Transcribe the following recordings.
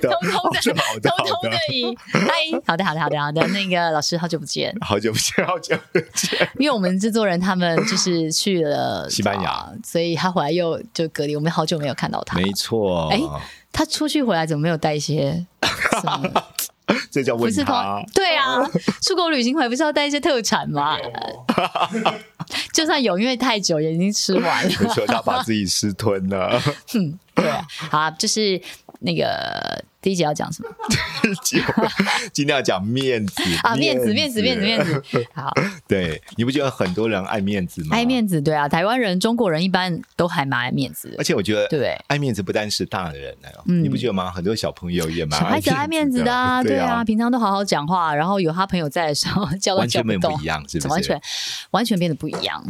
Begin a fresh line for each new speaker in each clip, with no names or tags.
的，
通通的
是好的，
通
好
通
的
的，赢。嗨，好的，好的，好的，好的。那个老师，好久不见，
好久不见，好久不见。
因为我们制作人他们就是去了
西班牙
啊所以他回来又就隔离，我们好久没有看到他。
没错，
哎他出去回来怎么没有带一些什么？
这叫
不
问
是
他
同。对啊，出国旅行回不是要带一些特产吗？就算有，因为太久也已经吃完了。
没错，他把自己吃 吞了。
嗯，对啊，好啊，就是那个第一节要讲什么
结果今天要讲面子
啊？面子，面子，面子，面。 子。好，
对，你不觉得很多人爱面子吗？
爱。面子，对啊，台湾人、中国人一般都还蛮爱面子的
而，且我觉
对
得
不对？
爱面子不单是大人哎，
嗯
你不觉得吗？很多小朋友也蛮
小孩子爱面子的啊，
对
对啊，平常都好好讲话，然后有他朋友在的时候，叫都
完
叫
全
不
没
动
不一，样，是
怎
不是？
么完全完全变得不一样？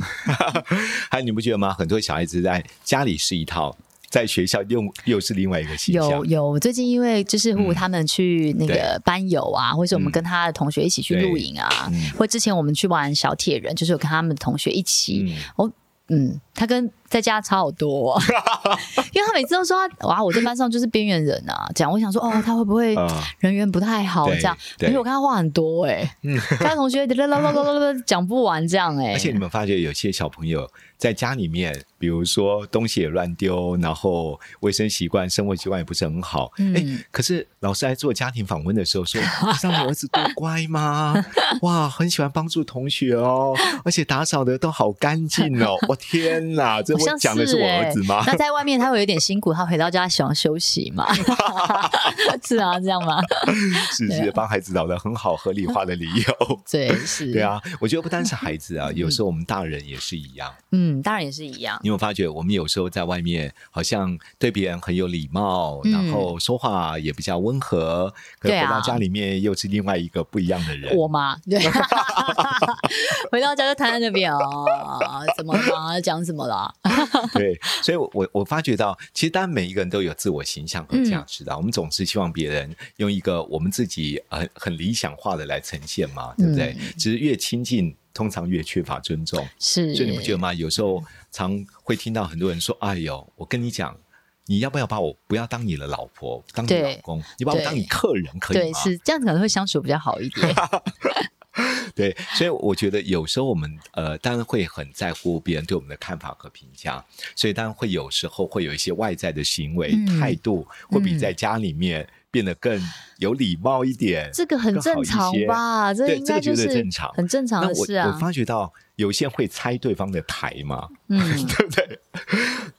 还有你不觉得吗？很多小孩子在家里是一套，在学校又又是另外一个形象
有。有，我最近因为就是虎
嗯
他们去那个班友啊，或者我们
嗯
跟他的同学一起去
对
露营啊，
嗯
或之前我们去玩小铁人，就是有跟他们同学一起。
嗯，
嗯，他跟在家差好多、哦，因为他每次都说他哇，我在班上就是边缘人啊。这样我想说，哦，他会不会
啊
人缘不太好
对
这样？
对
因为我看他话很多哎、他同学啦啦啦啦啦啦啦讲不完这样哎、
而且你们发觉有些小朋友在家里面，比如说东西也乱丢，然后卫生习惯、生活习惯也不是很好。哎、
嗯
可是老师来做家庭访问的时候说：“你知道我儿子多 乖吗？哇，很喜欢帮助同学哦，而且打扫的都好干净哦。我天哪，这
好
我
像
讲的是我儿子吗？
欸那在外面他会有点辛苦，他回到家喜欢休息嘛？是啊，这样吗？
是是，帮孩子找了很好合理化的理由。
对，是，
对，啊，我觉得不单是 孩子啊，有时候我们大人也是一样。”
嗯，当然也是一样。
你有发觉，我们有时候在外面好像对别人很有礼貌，
嗯
然后说话也比较温和，可是
对
回
啊
到家里面又是另外一个不一样的人。
我嘛，对，回到家就瘫在那边啊，怎么了？讲什么了？
对，所以我，我我发觉到，其实当然每一个人都有自我形象和
嗯
价值的，啊我们总是希望别人用一个我们自己很很理想化的来呈现嘛，对不
嗯
对？只是越亲近，通常越缺乏尊重。
是，
所以你不觉得吗？有时候常会听到很多人说：“哎呦，我跟你讲，你要不要把我不要当你的老婆，当你
对
老公，你把我
对
当你客人可以
对，
吗？”
是这样子可能会相处比较好一 点。
对，所以我觉得有时候我们呃，当然会很在乎别人对我们的看法和评价，所以当然会有时候会有一些外在的行为、
嗯
态度，会比
嗯
在家里面变得更有礼貌一点。
这个很正常吧？这
对
应
这
该
个
就
绝
是
对正常
很正常
那
的
我、
事
我
啊。
发觉到有些人会拆对方的台嘛，
嗯，
对不对？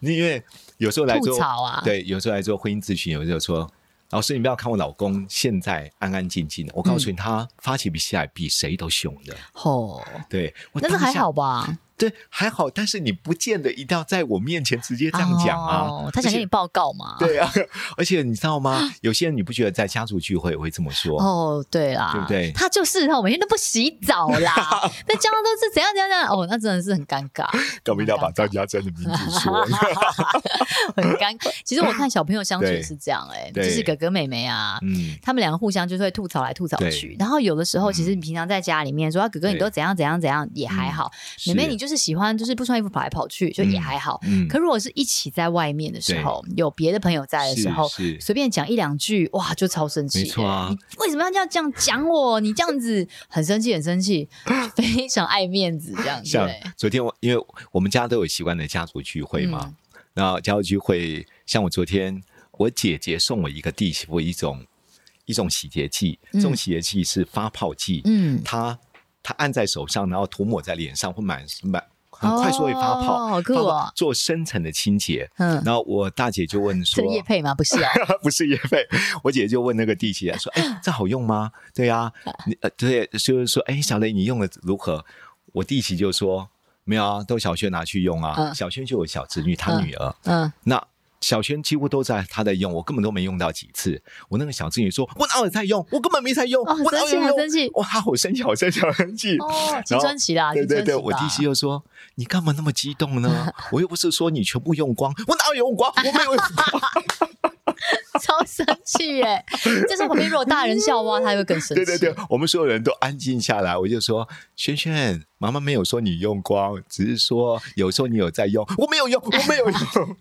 因为有时候来
吐
做
槽啊
对，有时候来做婚姻咨询，有时候说。老师，你不要看我老公现在安安静静的，我告诉
嗯
你，他发起脾气来比谁都凶的。
吼，
对，我
但是
当
还
下
好吧？
对，还好，但是你不见得一定要在我面前直接这样讲啊。
哦他想跟你报告嘛？
对啊，而且你知道吗？ 有些人你不觉得在家族聚会也会这么说？
哦，对啦，
对不对
他就是哦，每天都不洗澡 啦，那这样都是怎样怎样怎样哦，那真的是很尴尬，
干嘛一定要把张家珍的名字
哦
说呢？
很尴尬。其实我看小朋友相处
对
是这样、哎，就
对
是哥哥妹妹啊。
嗯，
他们两个互相就是会吐槽来吐槽去
对，
然后有的时候
嗯
其实你平常在家里面说、啊哥哥你都
对嗯
怎样怎样怎样也还好，妹妹
是
你就是喜欢就是不穿衣服跑来跑去就
嗯
也还好，
嗯
可如果是一起在外面的时
对
候，有别的朋友在的时候，
是是
随便讲一两句，哇，就超生气。
没错啊
你为什么要这样这样讲我？你这样子很生气，很生 气，非常爱面子这样子。
像
对
昨天我，因为我们家都有习惯的家族聚会嘛，
嗯
然后家族聚会，像我昨天，我姐姐送我一个弟媳妇一种一种洗洁剂，这种
嗯
洗洁剂是发泡剂，
嗯，
它它按在手上，然后涂抹在脸上，会满满很快速会发泡，
哦好酷
发泡
哦
做深层的清洁。
嗯
然后我大姐就问
这
说
是：“叶配吗？不是啊，
不是叶费。”我姐就问那个弟媳啊说：“哎，这好用吗？”对呀、你呃，对，就是说，哎，小雷你用的如何？我弟媳就说：“没有啊，都小轩拿去用啊。
嗯
小轩就有小侄女，她
嗯
女儿。
嗯
那小轩几乎都在他在用，我根本都没用到几次。我那个小侄女说，我哪有在用？我根本没在用，
哦很
我哪有
生气
用
很生气
哇，好生气，好生气，好生气。
哦，青春期啦，
对对
青春期
对，我
吧
弟媳又说：“你干嘛那么激动呢？我又不是说你全部用光，我哪有用光？我没 有用光。
超生气耶！这时候旁边如果大人笑哇，他会更”生气。
对对对，我们所有人都安静下来，我就说：“轩轩，妈妈没有说你用光，只是说有时候你有在用，我没有用，我没 有用。”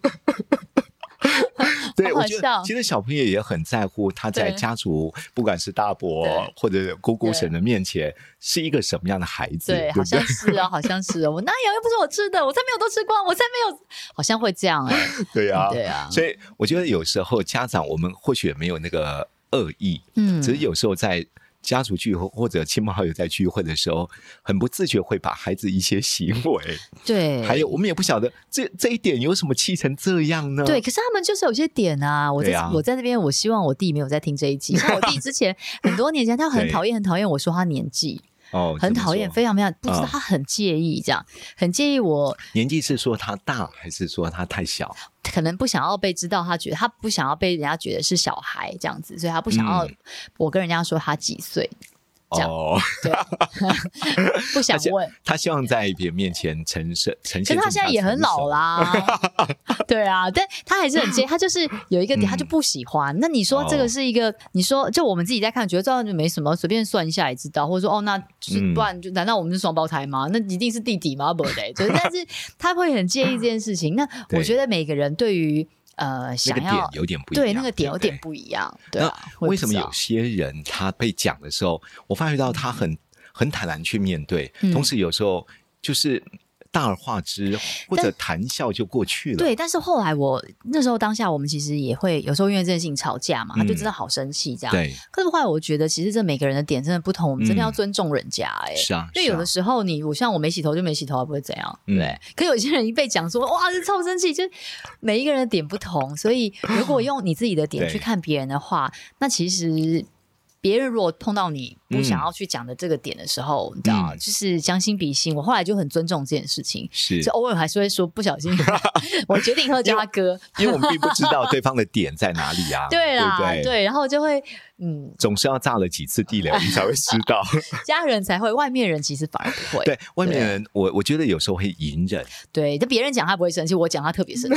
对，
好
我
好
觉得
笑
其实小朋友也很在乎他在
对
家族，不管是大伯
对
或者姑姑婶的面前，是一个什么样的孩子，
对，
不
好
对
像？是哦，好 像是哦。我哪有？又不是我吃的，我才没有都吃光，我才没有，好像会这样哎。
对啊，
对啊，
所以我觉得有时候家长我们或许也没有那个恶意，
嗯
只是有时候在家族聚会或者亲朋好友在聚会的时候，很不自觉会把孩子一些行为，
对，
还有我们也不晓得这这一点有什么气成这样呢？
对，可是他们就是有些点啊，我在、
对啊
我在这边，我希望我弟没有在听这一 集。像我弟之前很多年前，他很
对
讨厌，很讨厌我说他年纪，
哦，
嗯很讨厌，
怎么说
非常非常不知道
啊
他很介意这样，很介意我
年纪是说他大还是说他太小？
可能不想要被知道，他觉得他不想要被人家觉得是小孩这样子，所以他不想要
嗯
我跟人家说他几岁，这样
哦，
不想问。
他希望在别人面前呈现呈
可是
现，
他现在也很老。啊 啦，对啊，但他还是很介，他就是有一个点，他就不喜欢。那你说
哦
这个是一个，你说就我们自己在看，觉得这样就没什么，随便算一下也知道，或者说哦，那就是
嗯
不然就难道我们是双胞胎吗？那一定是弟弟吗？不对，就是但 是他会很介意这件事情。那我
对
觉得每个人对于呃
那
想
个点
要
有点不一样，
对那个点有
不
点不一样，对
那
啊，我也
为
不
什么
知
有
道
些人他被讲的时候，我发觉到他很很坦然去面对，
嗯
同时有时候就是大而化之，或者
但
谈笑就过去了。
对，但是后来我那时候当下，我们其实也会有时候因为这件事情吵架嘛，他就真的好生气这样。
嗯对
可是后来我觉得，其实这每个人的点真的不同，我们真的要
嗯
尊重人家哎、
是啊，
因为
是
有的
啊
时候你，我像我没洗头就没洗头，啊还不会怎样，对
嗯
不对。可有些人一被讲说，哇，这超生气，就是每一个人的点不同，所以如果用你自己的点
对
去看别人的话，那其实别人如果碰到你不想要去讲的这个点的时候，你知道，
嗯
就是将心比心。我后来就很尊重这件事情，
是
就偶尔还是会说不小 心， 我决定喝叫他哥，
因为我们并不知道对方的点在哪里啊，
对啦，
对不对，
然后就会嗯，
总是要炸了几次地雷，你才会知 道。
家人才会，外面人其实反而不会。
对外面人，我我觉得有时候会隐忍，
对，就别人讲他不会生气，我讲他特别 生气。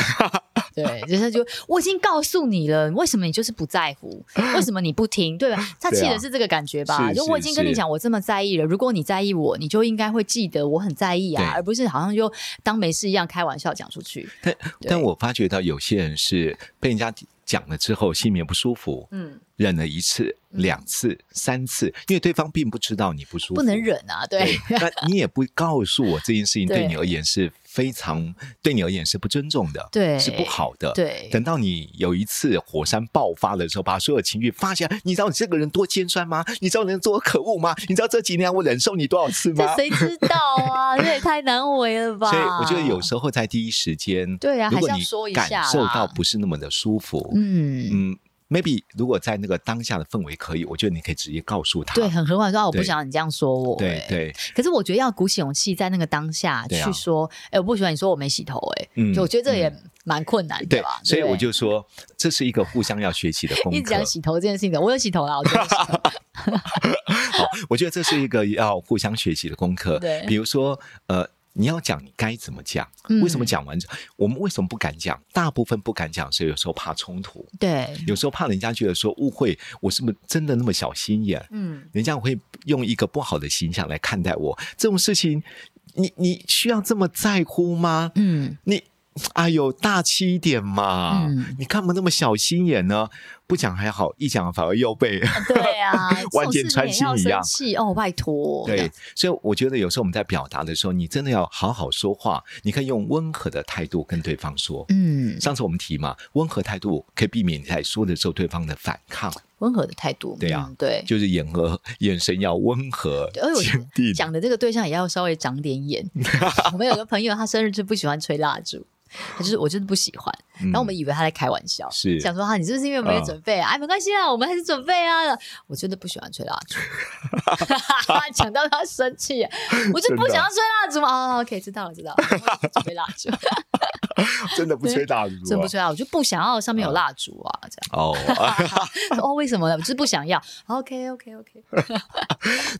对，就是就我已经告诉你了，为什么你就是不在乎？为什么你不听？对吧？他气
对啊
的是这个感觉吧？
是
就我已
是
经跟你
是
讲，我这么在意了，如果你在意我，你就应该会记得我很在意啊
对，
而不是好像就当没事一样开玩笑讲出去。
但
对
但我发觉到有些人是被人家讲了之后心里面不舒服，
嗯，
忍了一次、两次、三次，因为对方并不知道你不舒服，
不能忍啊，对，
那你也不告诉我这件事情
对
对你而言是非常对你而言是不尊重的，
对
是不好的。
对
等到你有一次火山爆发的时候，把所有情绪发泄，你知道你这个人多尖酸吗？你知道人多可恶吗？你知道这几年我忍受你多少次
这
吗？
谁知道啊？这也太难为了吧？
所以我觉得有时候在第一时间，
对啊
如果
还是要
你
说一下
感
啦
受到不是那么的舒服，
嗯。
嗯，maybe 如果在那个当下的氛围可以，我觉得你可以直接告诉他，
对，很和缓地说啊我不
对
想你这样说我、
对
欸
对
可是我觉得要鼓起勇气，在那个当下
对啊
去说，哎、我不喜欢你说我没洗头、欸，哎、
嗯
就我觉得这也蛮困难的
对
吧。，
所以
对不
我
对
就说这是一个互相要学习的功课。
一直讲洗头这件事情的，我有洗头啦，我真 的洗头
好，我觉得这是一个要互相学习的功课。
对
比如说，呃，你要讲你该怎么讲，
嗯
为什么讲完之后，我们为什么不敢讲？大部分不敢讲是有时候怕冲突，
对，
有时候怕人家觉得说误会，我是不是真的那么小心眼？
嗯，
人家会用一个不好的形象来看待我，这种事情，你你需要这么在乎吗？
嗯，
你。哎呦，大气一点嘛！
嗯
你干嘛那么小心眼呢？不讲还好，一讲反而又被
对啊，这种
万箭
事
穿
情也
心
要
一
生
样
气哦，拜托，这
对
样，
所以我觉得有时候我们在表达的时候，你真的要好好说话，你可以用温和的态度跟对方说。
嗯，
上次我们提嘛，温和态度可以避免你在说的时候对方的反抗，
温和的态度，
对啊
嗯对。
就是眼和眼神要温和
对而且我
坚定。
讲的这个对象也要稍微长点 眼。我们有个朋友，他生日就不喜欢吹蜡烛，他就是我就是不喜欢。
嗯
然后我们以为他在开玩笑，
是嗯
想说啊哈，你是不是因为没有准备啊？哎，没关系啊，我们还是准备啊。我真的不喜欢吹蜡烛，讲到他生气，我就不想要吹蜡烛嘛。哦，OK，知道了，知道了，我不准备蜡烛。
真的不吹蜡烛啊，
真不出来，我就不想要上
嗯
面有蜡烛啊，这样
哦。
哦，为什么呢？我就是不想要。OK OK OK，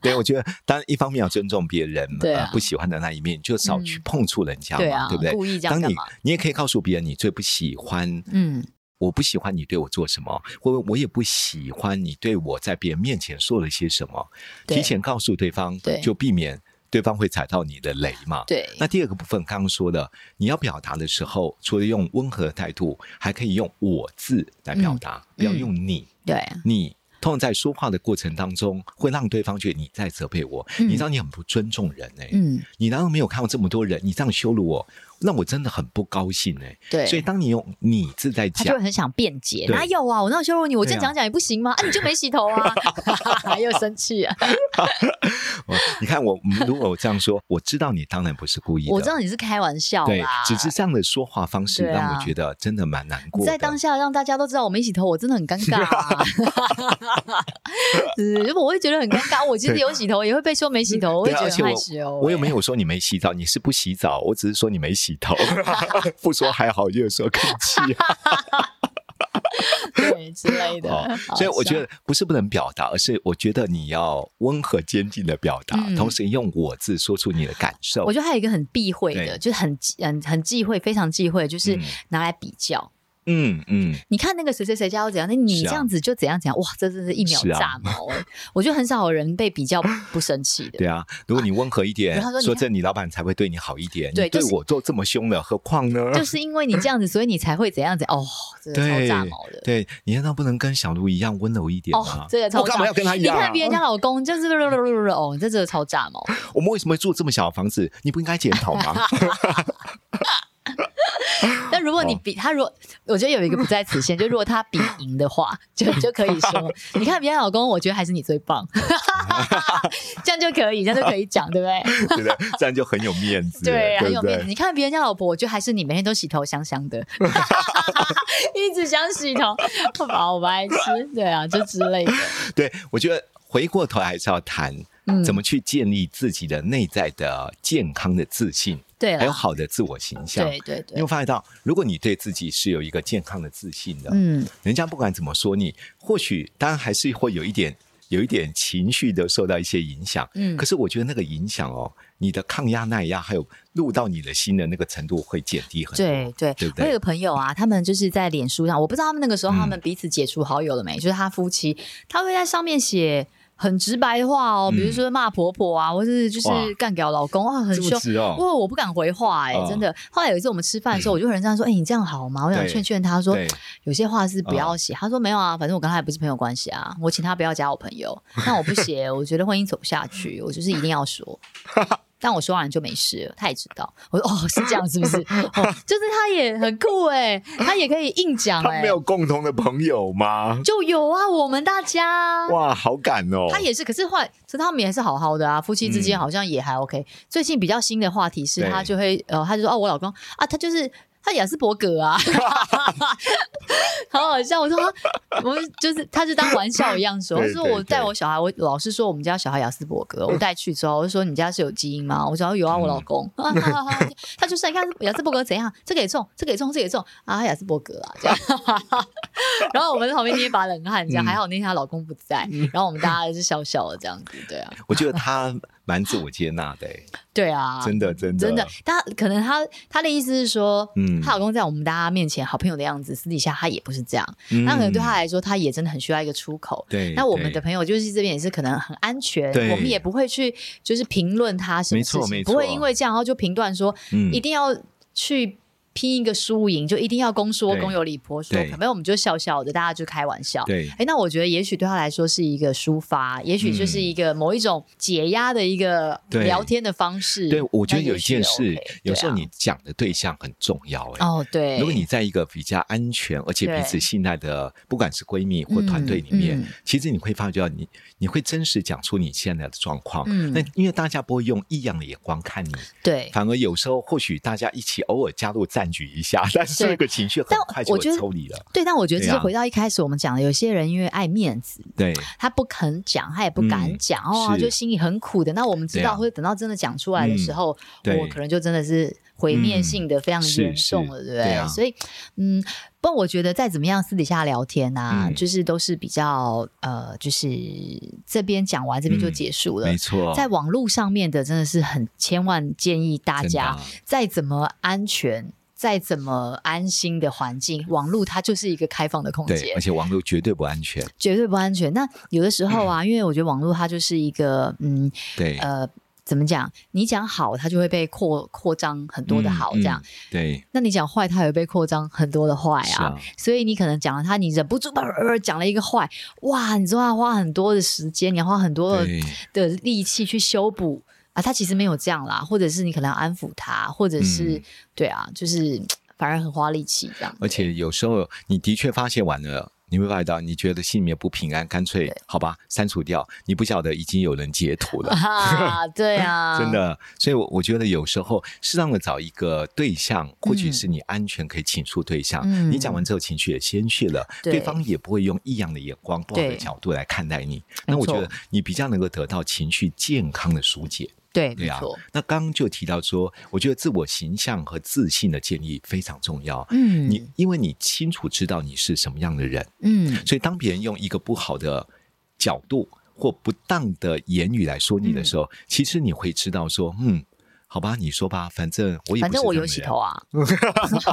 对，我觉得当然一方面要尊重别人，
对啊
呃不喜欢的那一面，就少去
嗯
碰触人家嘛，
对啊，
不对？
故意这样
当
干
你
嘛？
你也可以告诉别人你最不喜欢，
嗯，
我不喜欢你对我做什么，或我也不喜欢你对我在别人面前说了些什么，
对
提前告诉对方，
对
就避免对方会踩到你的雷嘛。
对，
那第二个部分，刚刚说的，你要表达的时候，除了用温和的态度，还可以用“我”字来
嗯
表达，不要用“你”
对，
你通常在说话的过程当中，会让对方觉得你在责备我，
嗯
你知道你很不尊重人哎、
嗯，
你难道没有看过这么多人，你这样羞辱我，让我真的很不高兴哎、
对，
所以当你用“你”字在
他就会
讲，
很想辩解，
对
哪有啊？我那羞辱你，我
对啊
正讲讲也不行吗？啊，你就没洗头 啊，又生气啊！
哦你看我，我们如果我这 样说，我知道你当然不是故意的，
我知道你是开玩笑
对
啦，，
只是这样的说话方式
对啊
让我觉得真的蛮难过
你
的。
在当下让大家都知道我没洗头，我真的很尴尬、啊。 是，我会觉得很尴尬。我其实有洗头，也会被说没洗头，我会
对
觉
啊，
得
而且
很
我
害羞、
我也没有说你没洗澡，你是不洗澡，我只是说你没洗头， 不说还好，越说更气。啊
欸对之类的
哦，所以我觉
得
得不是不能表达，而是我觉得你要温和坚定的表达，
嗯
同时用“我”字说出你的感受。
我觉得还有一个很避讳的，
对
就是很很很忌讳，非常忌讳，就是
嗯
拿来比较。
嗯嗯，
你看那个谁谁谁家又怎样，那你
是
这
啊
样子就怎样怎样，哇，这真是一秒
是啊
炸毛、欸我觉得很少有人被比较不生气的。
对啊，如果你温和一点，
然后说你
说这你老板才会对你好一点。
对
你对
就是
我做这么凶了，何况呢？
就是因为你这样子，所以你才会怎样怎样。哦，真的超
对
炸毛的。
对，你难道不能跟小卢一样温柔一点
哦
吗，？
这个超
我
炸
干嘛要跟他一样
你
啊
看别？人家老公就是 哦，这真的超炸毛。
我们为什么会住这么小的房子？你不应该检讨 吗？
但如果你比他，如果我觉得有一个不在此限，就如果他比赢的话，就就可以说，你看别人老公，我觉得还是你最棒， 这样就可以，这样就可以 讲，对不对？
对不对？这样就很有面子了，
对，啊很
对
有
不
面子。你
对？
看别人家老婆，我觉得还是你每天都洗头香香的， 一直想洗头， 好吧，我不爱吃，对啊，就之类的。
对，我觉得回过头还是要谈
嗯
怎么去建立自己的内在的健康的自信。
对啦
还有哎好的自我形象。
对对
你
对
会，发现到，如果你对自己是有一个健康的自信的，
嗯，
人家不管怎么说你，或许当然还是会有一点有一点情绪的受到一些影响。
嗯
可是我觉得那个影响哦，你的抗压耐压还有入到你的心的那个程度会减低很多。
对对，
对
我
不
有
对
个朋友啊，他们就是在脸书上，我不知道他们那个时候他
嗯
们彼此解除好友了没，就是他夫妻，他会在上面写。很直白的话哦，比如
嗯
说骂婆婆啊，或是就是
哇
干掉老公啊，很
这么
凶，
直
哇、
哦
我不敢回话哎、
哦嗯
真的。后来有一次我们吃饭的时候，我就很认真说，哎、你这样好吗？我想
对
劝劝他说，
对
有些话是不要写。他说没有啊，反正我跟他也不是朋友关系啊，我请他不要加我朋友。但我不写，我觉得婚姻走不下去，我就是一定要说。但我说完就没事了，他也知道。我说哦，是这样是不是？哦，就是他也很酷哎、他也可以硬讲哎、
共同的朋友吗？
就有啊，我们大家。
哇，好感哦
啊
嗯
他也是，可是后来，其实他们也是好好的啊，夫妻之间好像也还 OK。最近比较新的话题是，
对
他就会呃，他就说哦，我老公啊，他就是他雅斯伯格 啊，好好笑。我说啊我就是，他就当玩笑一样说，他
对
说
对
我带
对
我小孩，我老师说我们家小孩雅斯伯格，我带去之后，我就说你家是有基因吗？我说有啊，我老 公， 啊哈哈哈他就是你看雅斯伯格怎样，这个也中，这个也中，这个也中啊，雅斯伯格啊，这样。 然后我们在旁边捏一把冷汗，这
嗯
样还好那天她老公不在，然后我们大家就笑笑的这样子，对 啊，
我觉得他蛮自我接纳的、欸，
对 啊，
真的，真的，
真的，她可能她她的意思是说，
嗯
她老公在我们大家面前好朋友的样子，私底下她也不是这样，
嗯
那可能对她来说，她也真的很需要一个出口。
对。
那我们的
对
朋友就是这边也是可能很安全，
对
我们也不会去就是评论她什么
没
事
错
情，
没
不会
错
因为这样然后就评断说
嗯
一定要去。拼一个输赢，就一定要公说
对
公有理，婆说
对
没有，我们就笑笑的，大家就开玩笑。
对
哎，那我觉得也许对他来说是一个抒发，也许就是一个某一种解压的一个
嗯对
聊天的方式。
对，我觉
那
得有一
也许
件
OK，
事，有时
对
候
啊
你讲的对象很重要、欸，
啊哦，对，
如果你在一个比较安全而且
对
彼此信赖的，不管是闺蜜或团队里面，
嗯嗯
其实你会发觉到你你会真实讲出你现在的状况。
嗯
那因为大家不会用异样的眼光看你，
对
反而有时候或许大家一起偶尔加入战柑橘 一下，但是这个情绪很
但
快
我
就
觉得
抽离了。
对，但我觉得这
对
就
啊
回到一开始我们讲的，有些人因为爱面子，
对，
他不肯讲，他也不敢
嗯
讲，哦，
是
就心里很苦的。那我们知
对
道，
啊嗯
或者等到真的讲出来的时候，
对嗯
我可能就真的是毁灭性的、非常
是
严重了，对不对？
对啊
所以，嗯，不，我觉得再怎么样私底下聊天啊，
嗯
就是都是比较呃，就是这边讲完这边就
嗯
结束了。
没错，
在网络上面的真的是很千万建议大
真的
家
啊，
再怎么安全、再怎么安心的环境，网络它就是一个开放的空
对，
间
而，且网络绝对不安全。
绝对不安全。那有的时候啊，
嗯
因为我觉得网络它就是一个，嗯
对，
呃，怎么讲？你讲好，它就会被扩扩张很多的好，这样；
嗯，嗯对，
那你讲坏，它也会被扩张很多的坏
是
啊
啊。
所以你可能讲了它，你忍不住吧，呃讲了一个坏，哇，你说要花很多的时间，你要花很多的的
对，
力气去修补啊，他其实没有这样啦，或者是你可能要安抚他，或者是、
嗯
对啊，就是反而很花力气这样。
而且有时候你的确发泄完了。你会发觉到，你觉得心里面不平安，干脆好吧，删除掉。你不晓得已经有人截 图了，
啊，对啊，
真的。所以我，我觉得有时候适当的找一个对象，或许是你安全可以倾诉对象。
嗯
你讲完之后，情绪也宣泄了，
对
对方也不会用异样的眼光、不好的
对
角度来看待你。
没
那我觉
错
得你比较能够得到情绪健康的疏解。
对，
对
没
啊
错，，
那刚刚就提到说，我觉得自我形象和自信的建立非常重要。
嗯
你因为你清楚知道你是什么样的人，
嗯，
所以当别人用一个不好的角度或不当的言语来说你的时候，
嗯
其实你会知道说，嗯，好吧，你说吧，反正我也
反
不是
正我
这
有
样的
洗
人
头 啊， 是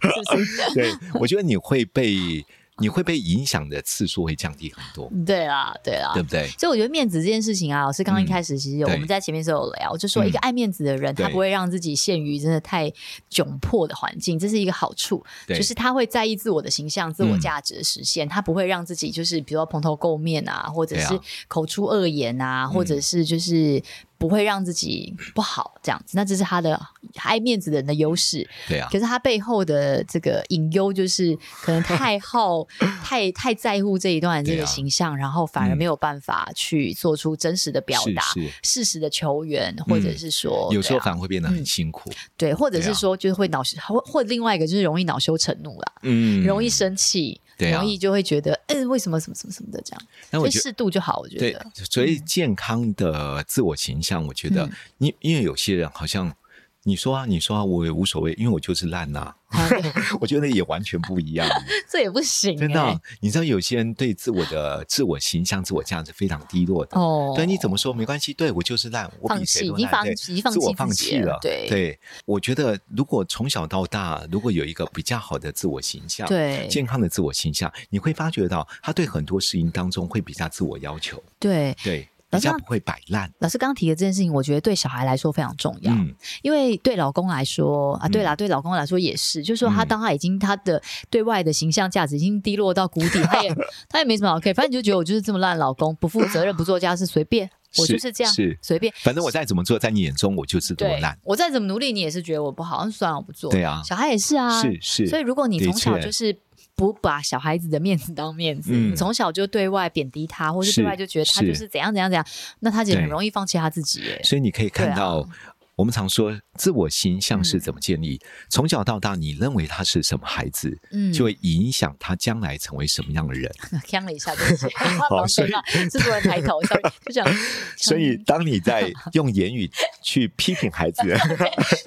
不是？
对，我觉得你会被你会被影响的次数会降低很多，
对啦，对啦
对。不对？
所以我觉得面子这件事情啊，老师刚刚一开始其实有、
嗯对嗯
我们在前面是有聊，就说一个爱面子的人，
对
他不会让自己陷于真的太窘迫的环境，这是一个好处。
对嗯
就是他会在意自我的形象、自我价值的实现，他不会让自己就是比如说蓬头垢面啊，或者
对啊嗯
是口出恶言啊，或者是就是不会让自己不好这样子。那这是他的爱面子的人的优势。
对啊
可，是他背后的这个隐忧就是，可能太 好、太太在乎这一段这
对
个
啊
形象，然后反而
嗯
没有办法去做出真实的表
是
达、啊
是嗯
事实的求援，或者是说，
有时候
对啊
反而会变得很辛苦，
对，或者
对
是
啊
说就是会恼羞，或或另外一个就是容易恼羞成怒啦，
嗯
容易。生气，
对啊
容易就会觉得，嗯，为什么什么什么什么的这样，
那我
就
觉得
适度就好，我觉
对
得，，
所以健康的自我形象，我觉得
嗯，
因、因为有些人好像你说啊，你说啊，我也无所谓，因为我就是烂呐、
啊对
我觉得也完全不一样，
这也不行、欸，
真的啊、你知道有些人对自我的自我形象、自我价值非常低落的。
哦，
对，你怎
么？
么说没关系，对我就是烂，我
放
比谁
弃
都
你
烂，
放
对
你放
自我
弃自
放
己
弃
了
了。
对
对，我觉得如果从小到大，如果有一个比较好的自我形象，
对
健康的自我形象，你会发觉到他对很多事情当中会比较自我要求，
对，
对，
老
比
师
较
那
不会摆烂。
老师刚刚提的这件事情，我觉得对小孩来说非常重要，
嗯，
因为对老公来说啊，对啦，对老公来说也是，就是说他
嗯
当他已经他的对外的形象价值已经低落到谷底，他 也他也没什么好 care，反正你就觉得我就是这么烂老公，不负责任，不做家事，随便，我就是这样，
是
随便。
反正我再怎么做，在你眼中我就是这么
对
烂，。
我再怎么努力，你也是觉得我不好，那算了，我不做。
对啊
小孩也是啊，
是是，
所以如果你从小
的确
就是不把小孩子的面子当面子，
嗯
你从小就对外贬低他，或是
是
对外就觉得他
是
就是怎样怎样怎样，那他也很
对
容易放弃他自己耶。
所以你可以
对
看
啊嗯
到，我们常说自我形象是怎么建立，从小到大，你认为他是什么孩子，
嗯
就会影响他将来成为什么样的人。
呛了一下，对不 起， 好
所以
制作人抬头，sorry，就 这样。
所以，当你在用言语去批评 孩子，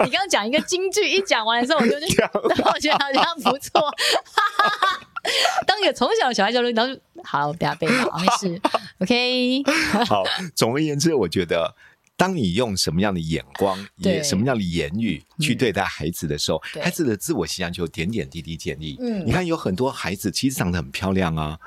你刚刚讲一个京剧，一讲完的时候，我 就觉 得，然后我觉得好像不错。 当一个从小的小孩教育，然后就好，不要被骂， 没事，OK。
好，总而言之，我觉得。当你用什么样的眼光、
对
也什么样的言语去
嗯
对待孩子的时候，
对
孩子的自我形象就点点滴滴建立。
嗯
你看有很多孩子其实长得很漂亮啊，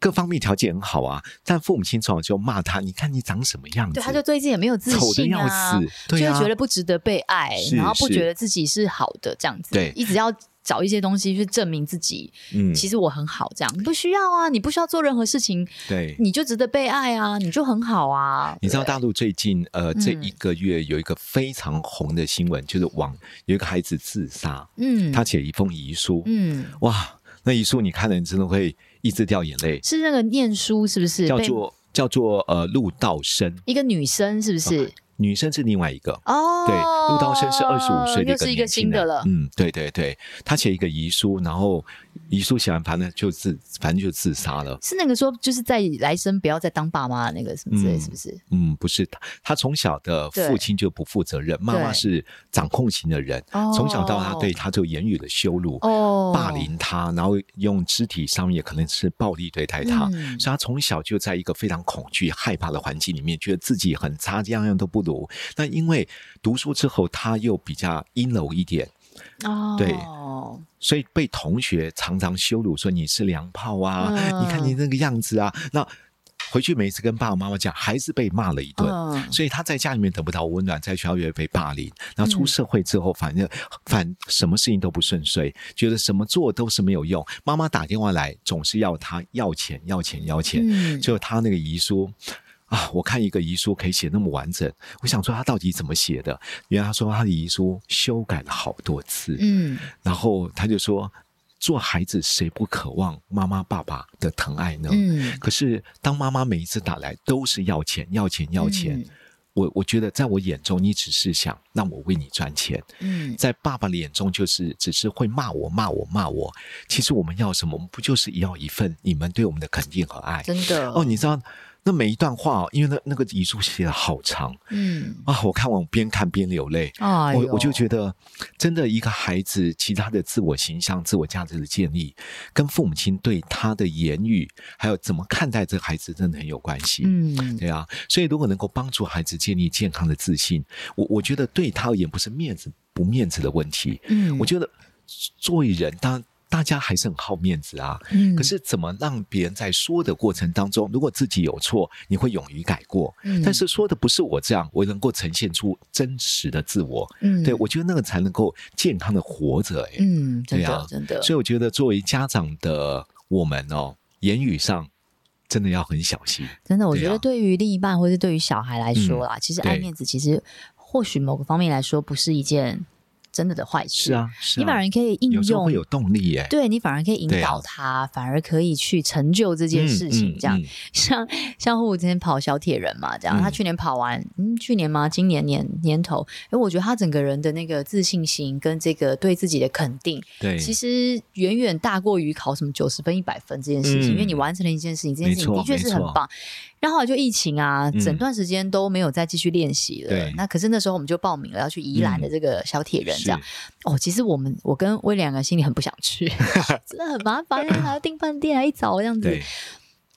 各方面条件很好啊，但父母亲从小就骂他：“你看你长什么样子？”
对，他就对自己也没有自
丑的
信
要
啊，
死，对
就
啊，
会觉得不值得被爱，
是
然后不
是
觉得自己是好的这样子，
对
一直要找一些东西去证明自己，
嗯，
其实我很好这样，你不需要啊，你不需要做任何事情，
对。
你就值得被爱啊，你就很好啊，
你知道
对
大陆最近呃这一
嗯
个月有一个非常红的新闻，就是网有一个孩子自杀，
嗯，
他写一封遗书，
嗯
哇，那遗书你看了你真的会一直掉眼泪，
是那个念书是不是？
叫
被
做叫做呃陆道生，
一个女生是不是？
女生是另外一个。
哦，
对，陆道生是二十五岁的
又
一个
是一
年
个
轻
新的
人
了。
嗯，对对对，他写一个遗书，然后遗书写完，反正就自反正就自杀了。
是那个说，就是在来生不要再当爸妈的那个什么之类，
嗯
是不是？
嗯，不是他，他从小的父
对
亲就不负责任，妈妈
对
是掌控型的人，
哦
从小到大对他就言语的羞辱、
哦，
霸凌他，然后用肢体上面可能是暴力对待他，
嗯
所以他从小就在一个非常恐惧、害怕的环境里面，觉得自己很差，样样都不如。那因为读书之后，他又比较阴柔一点，
哦，
对所以被同学常常羞辱说你是娘炮啊，
嗯
你看你那个样子啊。那回去每次跟爸爸妈妈讲，还是被骂了一顿。
嗯
所以他在家里面得不到温暖，在学校也被霸凌。那
嗯
出社会之后，反正反什么事情都不顺遂，觉得什么做都是没有用。妈妈打电话来，总是要他要钱，要钱，要钱。
嗯
就他那个遗书啊，我看一个遗书可以写那么完整，我想说他到底怎么写的？原来他说他的遗书修改了好多次，
嗯，
然后他就说，做孩子谁不渴望妈妈爸爸的疼爱呢？
嗯
可是当妈妈每一次打来都是要钱，要钱，要钱。
嗯
我我觉得，在我眼中，你只是想让我为你赚钱；
嗯
在爸爸的眼中，就是只是会骂我、骂我、骂我。其实我们要什么？我们不就是要一份你们对我们的肯定和爱？
真的
哦，你知道那每一段话、哦，因为那那个遗书写的好长
嗯，
啊，我看完我边看边流泪。
哎
我我就
得
觉得，真的一个孩子，其他的自我形象、自我价值的建立，跟父母亲对他的言语，还有怎么看待这个孩子，真的很有关系。
嗯
对啊，所以如果能够帮助孩子建立健康的自信，我我觉得对他而言不是面子不面子的问题，
嗯，
我觉得作为人，当大家还是很好面子啊。
嗯
可是怎么让别人在说的过程当中，如果自己有错，你会勇于改过？
嗯
但是说的不是我这样，我能够呈现出真实的自我。
嗯
对我觉得那个才能够健康的活着、欸。
嗯，真
对
的
啊
真的，
所以我觉得作为家长的我们哦，言语上真的要很小心。
真的，我
对
觉得
啊嗯
对于另一半或是对于小孩来说啦，其实爱
对
面子其实或许某个方面来说不是一件真的的坏事。
是，啊，是啊
你反而可以应
有时候
用
会，有动力耶、
对你反而可以引
对啊
导他，反而可以去成就这件事情。这样，
嗯嗯
像像虎之前跑小铁人嘛，这样、
嗯
他去年跑完，嗯，去年吗？今年年年头，哎，我觉得他整个人的那个自信心跟这个对自己的肯定，
对，
其实远远大过于考什么九十分、一百分这件事情，
嗯
因为你完成了一件事情，这件事情
没
的确
错
是很
没错
棒。然后后来就疫情啊，
嗯
整段时间都没有再继续练习了。
对嗯
那可是那时候我们就报名了，要去宜兰的这个小铁人，这样、哦。其实我们我跟威廉两个心里很不想 去，真的很麻烦，还要订饭店，还一早这样
是
子
对。，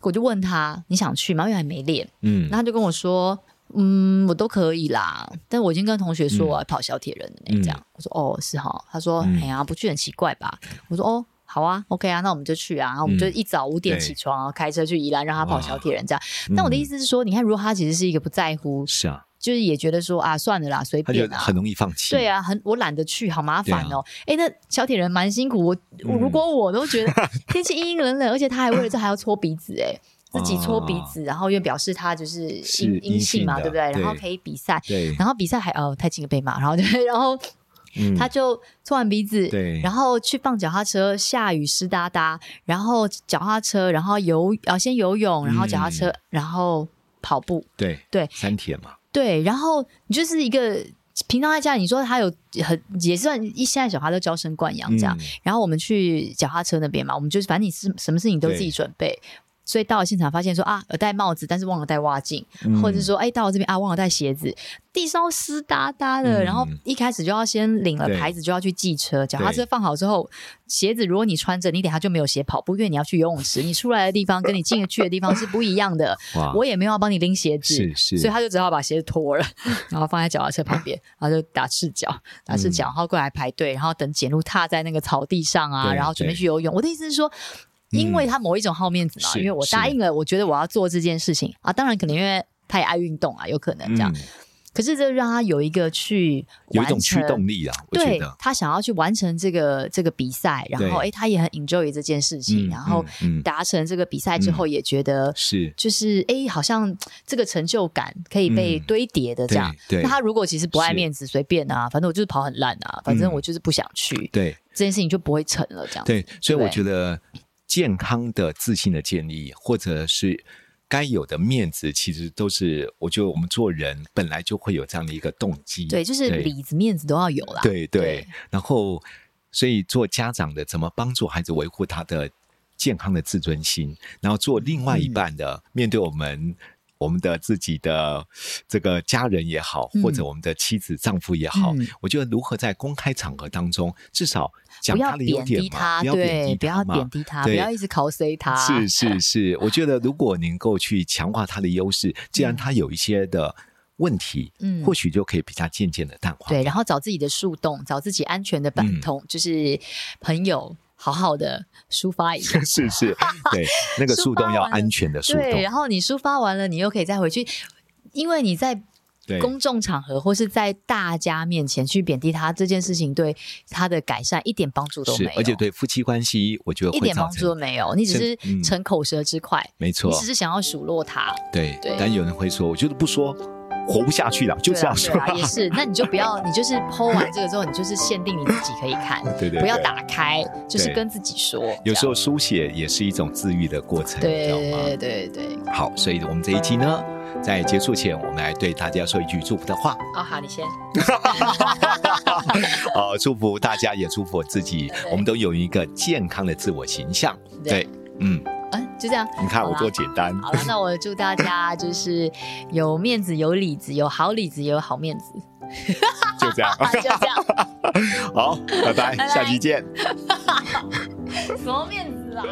我就问他你想去吗？因为还没练，
嗯
然后他就跟我说。嗯，我都可以啦，但我已经跟同学说我要跑小铁人了、
嗯
这样。我说哦，是哈。他说
嗯
哎呀，不去很奇怪吧？我说哦，好啊，OK 啊，那我们就去啊。然后我们就
嗯
一早五点
对
起床，然后开车去宜兰，让他跑小铁人这样。
哇
但我的
嗯
意思是说，你看，如果他其实是一个不在乎，
是啊，
就是也觉得说啊，算了啦，随
他就
便啊，
很容易放弃。
对，啊，很我懒得去，好麻烦哦。哎、那小铁人蛮辛苦，我我
啊嗯
如果我都 觉得天气阴阴冷冷，而且他还为了这还要搓鼻子、哎。自己搓鼻子，然后又表示他就是
哦是
阴
阴
性嘛，
性
对
的
不对？然后
对
可以比赛，
对，
然后比赛还哦太轻了被骂，然后对， 然后
嗯
他就搓完鼻子，
对
然后去放脚踏车，下雨湿哒哒，然后脚踏车，然后游啊先游泳，然后脚踏车，
嗯
然后跑步，
对
对
三铁嘛，
对，然后你就是一个平常在家里，你说他有很也算一现在小孩都娇生惯养这样。
嗯
然后我们去脚踏车那边嘛，我们就是反正你是什么事情都自己
对
准备。所以到了现场发现说啊，有戴帽子，但是忘了戴袜镜，
嗯
或者是说哎，到了这边啊，忘了带鞋子，地上湿哒哒的。
嗯
然后一开始就要先领了
对
牌子，就要去寄车，脚踏车
对
放好之后，鞋子如果你穿着，你等下就没有鞋跑步，因为你要去游泳池，你出来的地方跟你进去的地方是不一样 的。
哇，
我也没有要帮你拎鞋子，
啊是是，
所以他就只好把鞋子脱了， 然后放在脚踏车旁 边，然后就打赤脚，打赤
嗯
脚，然后过来排队，然后等检路踏在那个草地上啊，
对
然后准备
对嗯
去游泳。我的意思是说。因为他某一种好面子嘛，
是
因为我答应了，我觉得我要做这件事情啊。当然，可能因为他也爱运动啊，有可能这样。
嗯
可是这让他有一个去
有
完
一种驱
成
动力啊，我觉
对
得，
他想要去完成这个这个比赛，然后
对
诶，他也很 enjoy 这件事情，
嗯
然后
嗯嗯嗯
达成这个比赛之后，也觉得
是
就是哎，诶好像这个成就感可以被
嗯
堆叠的这样。
对对
那他如果其实不爱
是
面子，随便啊，反正我就是跑很烂啊，反正
嗯
我就是不想去，
对
这件事情就不会成了这样。
对，所以我
对
觉得健康的自信的建立，或者是该有的面子，其实都是我觉得我们做人本来就会有这样的一个动机。
对，就是
对
里子面子都要有啦。
对
对
对，然后所以做家长的怎么帮助孩子维护他的健康的自尊心，然后做另
嗯
外一半的、面对我们。我们的自己的这个家人也好，
嗯
或者我们的妻子、丈夫也好，
嗯
我觉得如何在公开场合当中，至少讲
不要
他的优
贬
点
低
嘛，
他，对，不
不
要
要
贬
贬低
低啊他，不
对
要一直 cos 他。
他嘛。是 是是，我觉得如果能够去强化他的优势，既然他有一些的问题，
嗯
或许就可以比较渐渐的淡化。
对，然后找自己的树洞，找自己安全的伴
嗯。
同，就是朋友，好好的抒发一下
是是， 对，那个
抒
树洞
发
要
完了
安全的树
啊对，
洞，
然后你抒发完了，你又可以再回去，因为你在
对
公众场合或是在大家面前去贬低他这件事情，对他的改善一点帮助都没
是
有，，
而且对夫妻关系，我觉得
一
会
点
造
帮助都
成，
没有，你只是
是嗯啊
逞口舌之快，
没
你
错，
只是想要数落他。
对
对。
但有人会说，我就是不说，活不下去了，就
对
这
啊
样说
对。啊，也是。那你就不要，你就是剖完这个之后，你就是限定你自己可以看，
对对
不要
对
打开，就是
对
跟自己说。
有时
候，
候书写也是一种治愈的过程，你知道吗？
对对对对。
好，所以我们这一期呢，在结束前，我们来对大家说一句祝福的话。
哦，好，你先。
呃，祝福大家，也祝福我自己，我们都有一个健康的自我形象。
对
对，嗯，
嗯，就这样。
你看
好
我
啦
多简单。
好了，那我祝大家就是有面子、有里子、有好里子、也有好面子。
就这样
啊，就这样，
好，拜拜，
拜
下期见。
什么面子啊？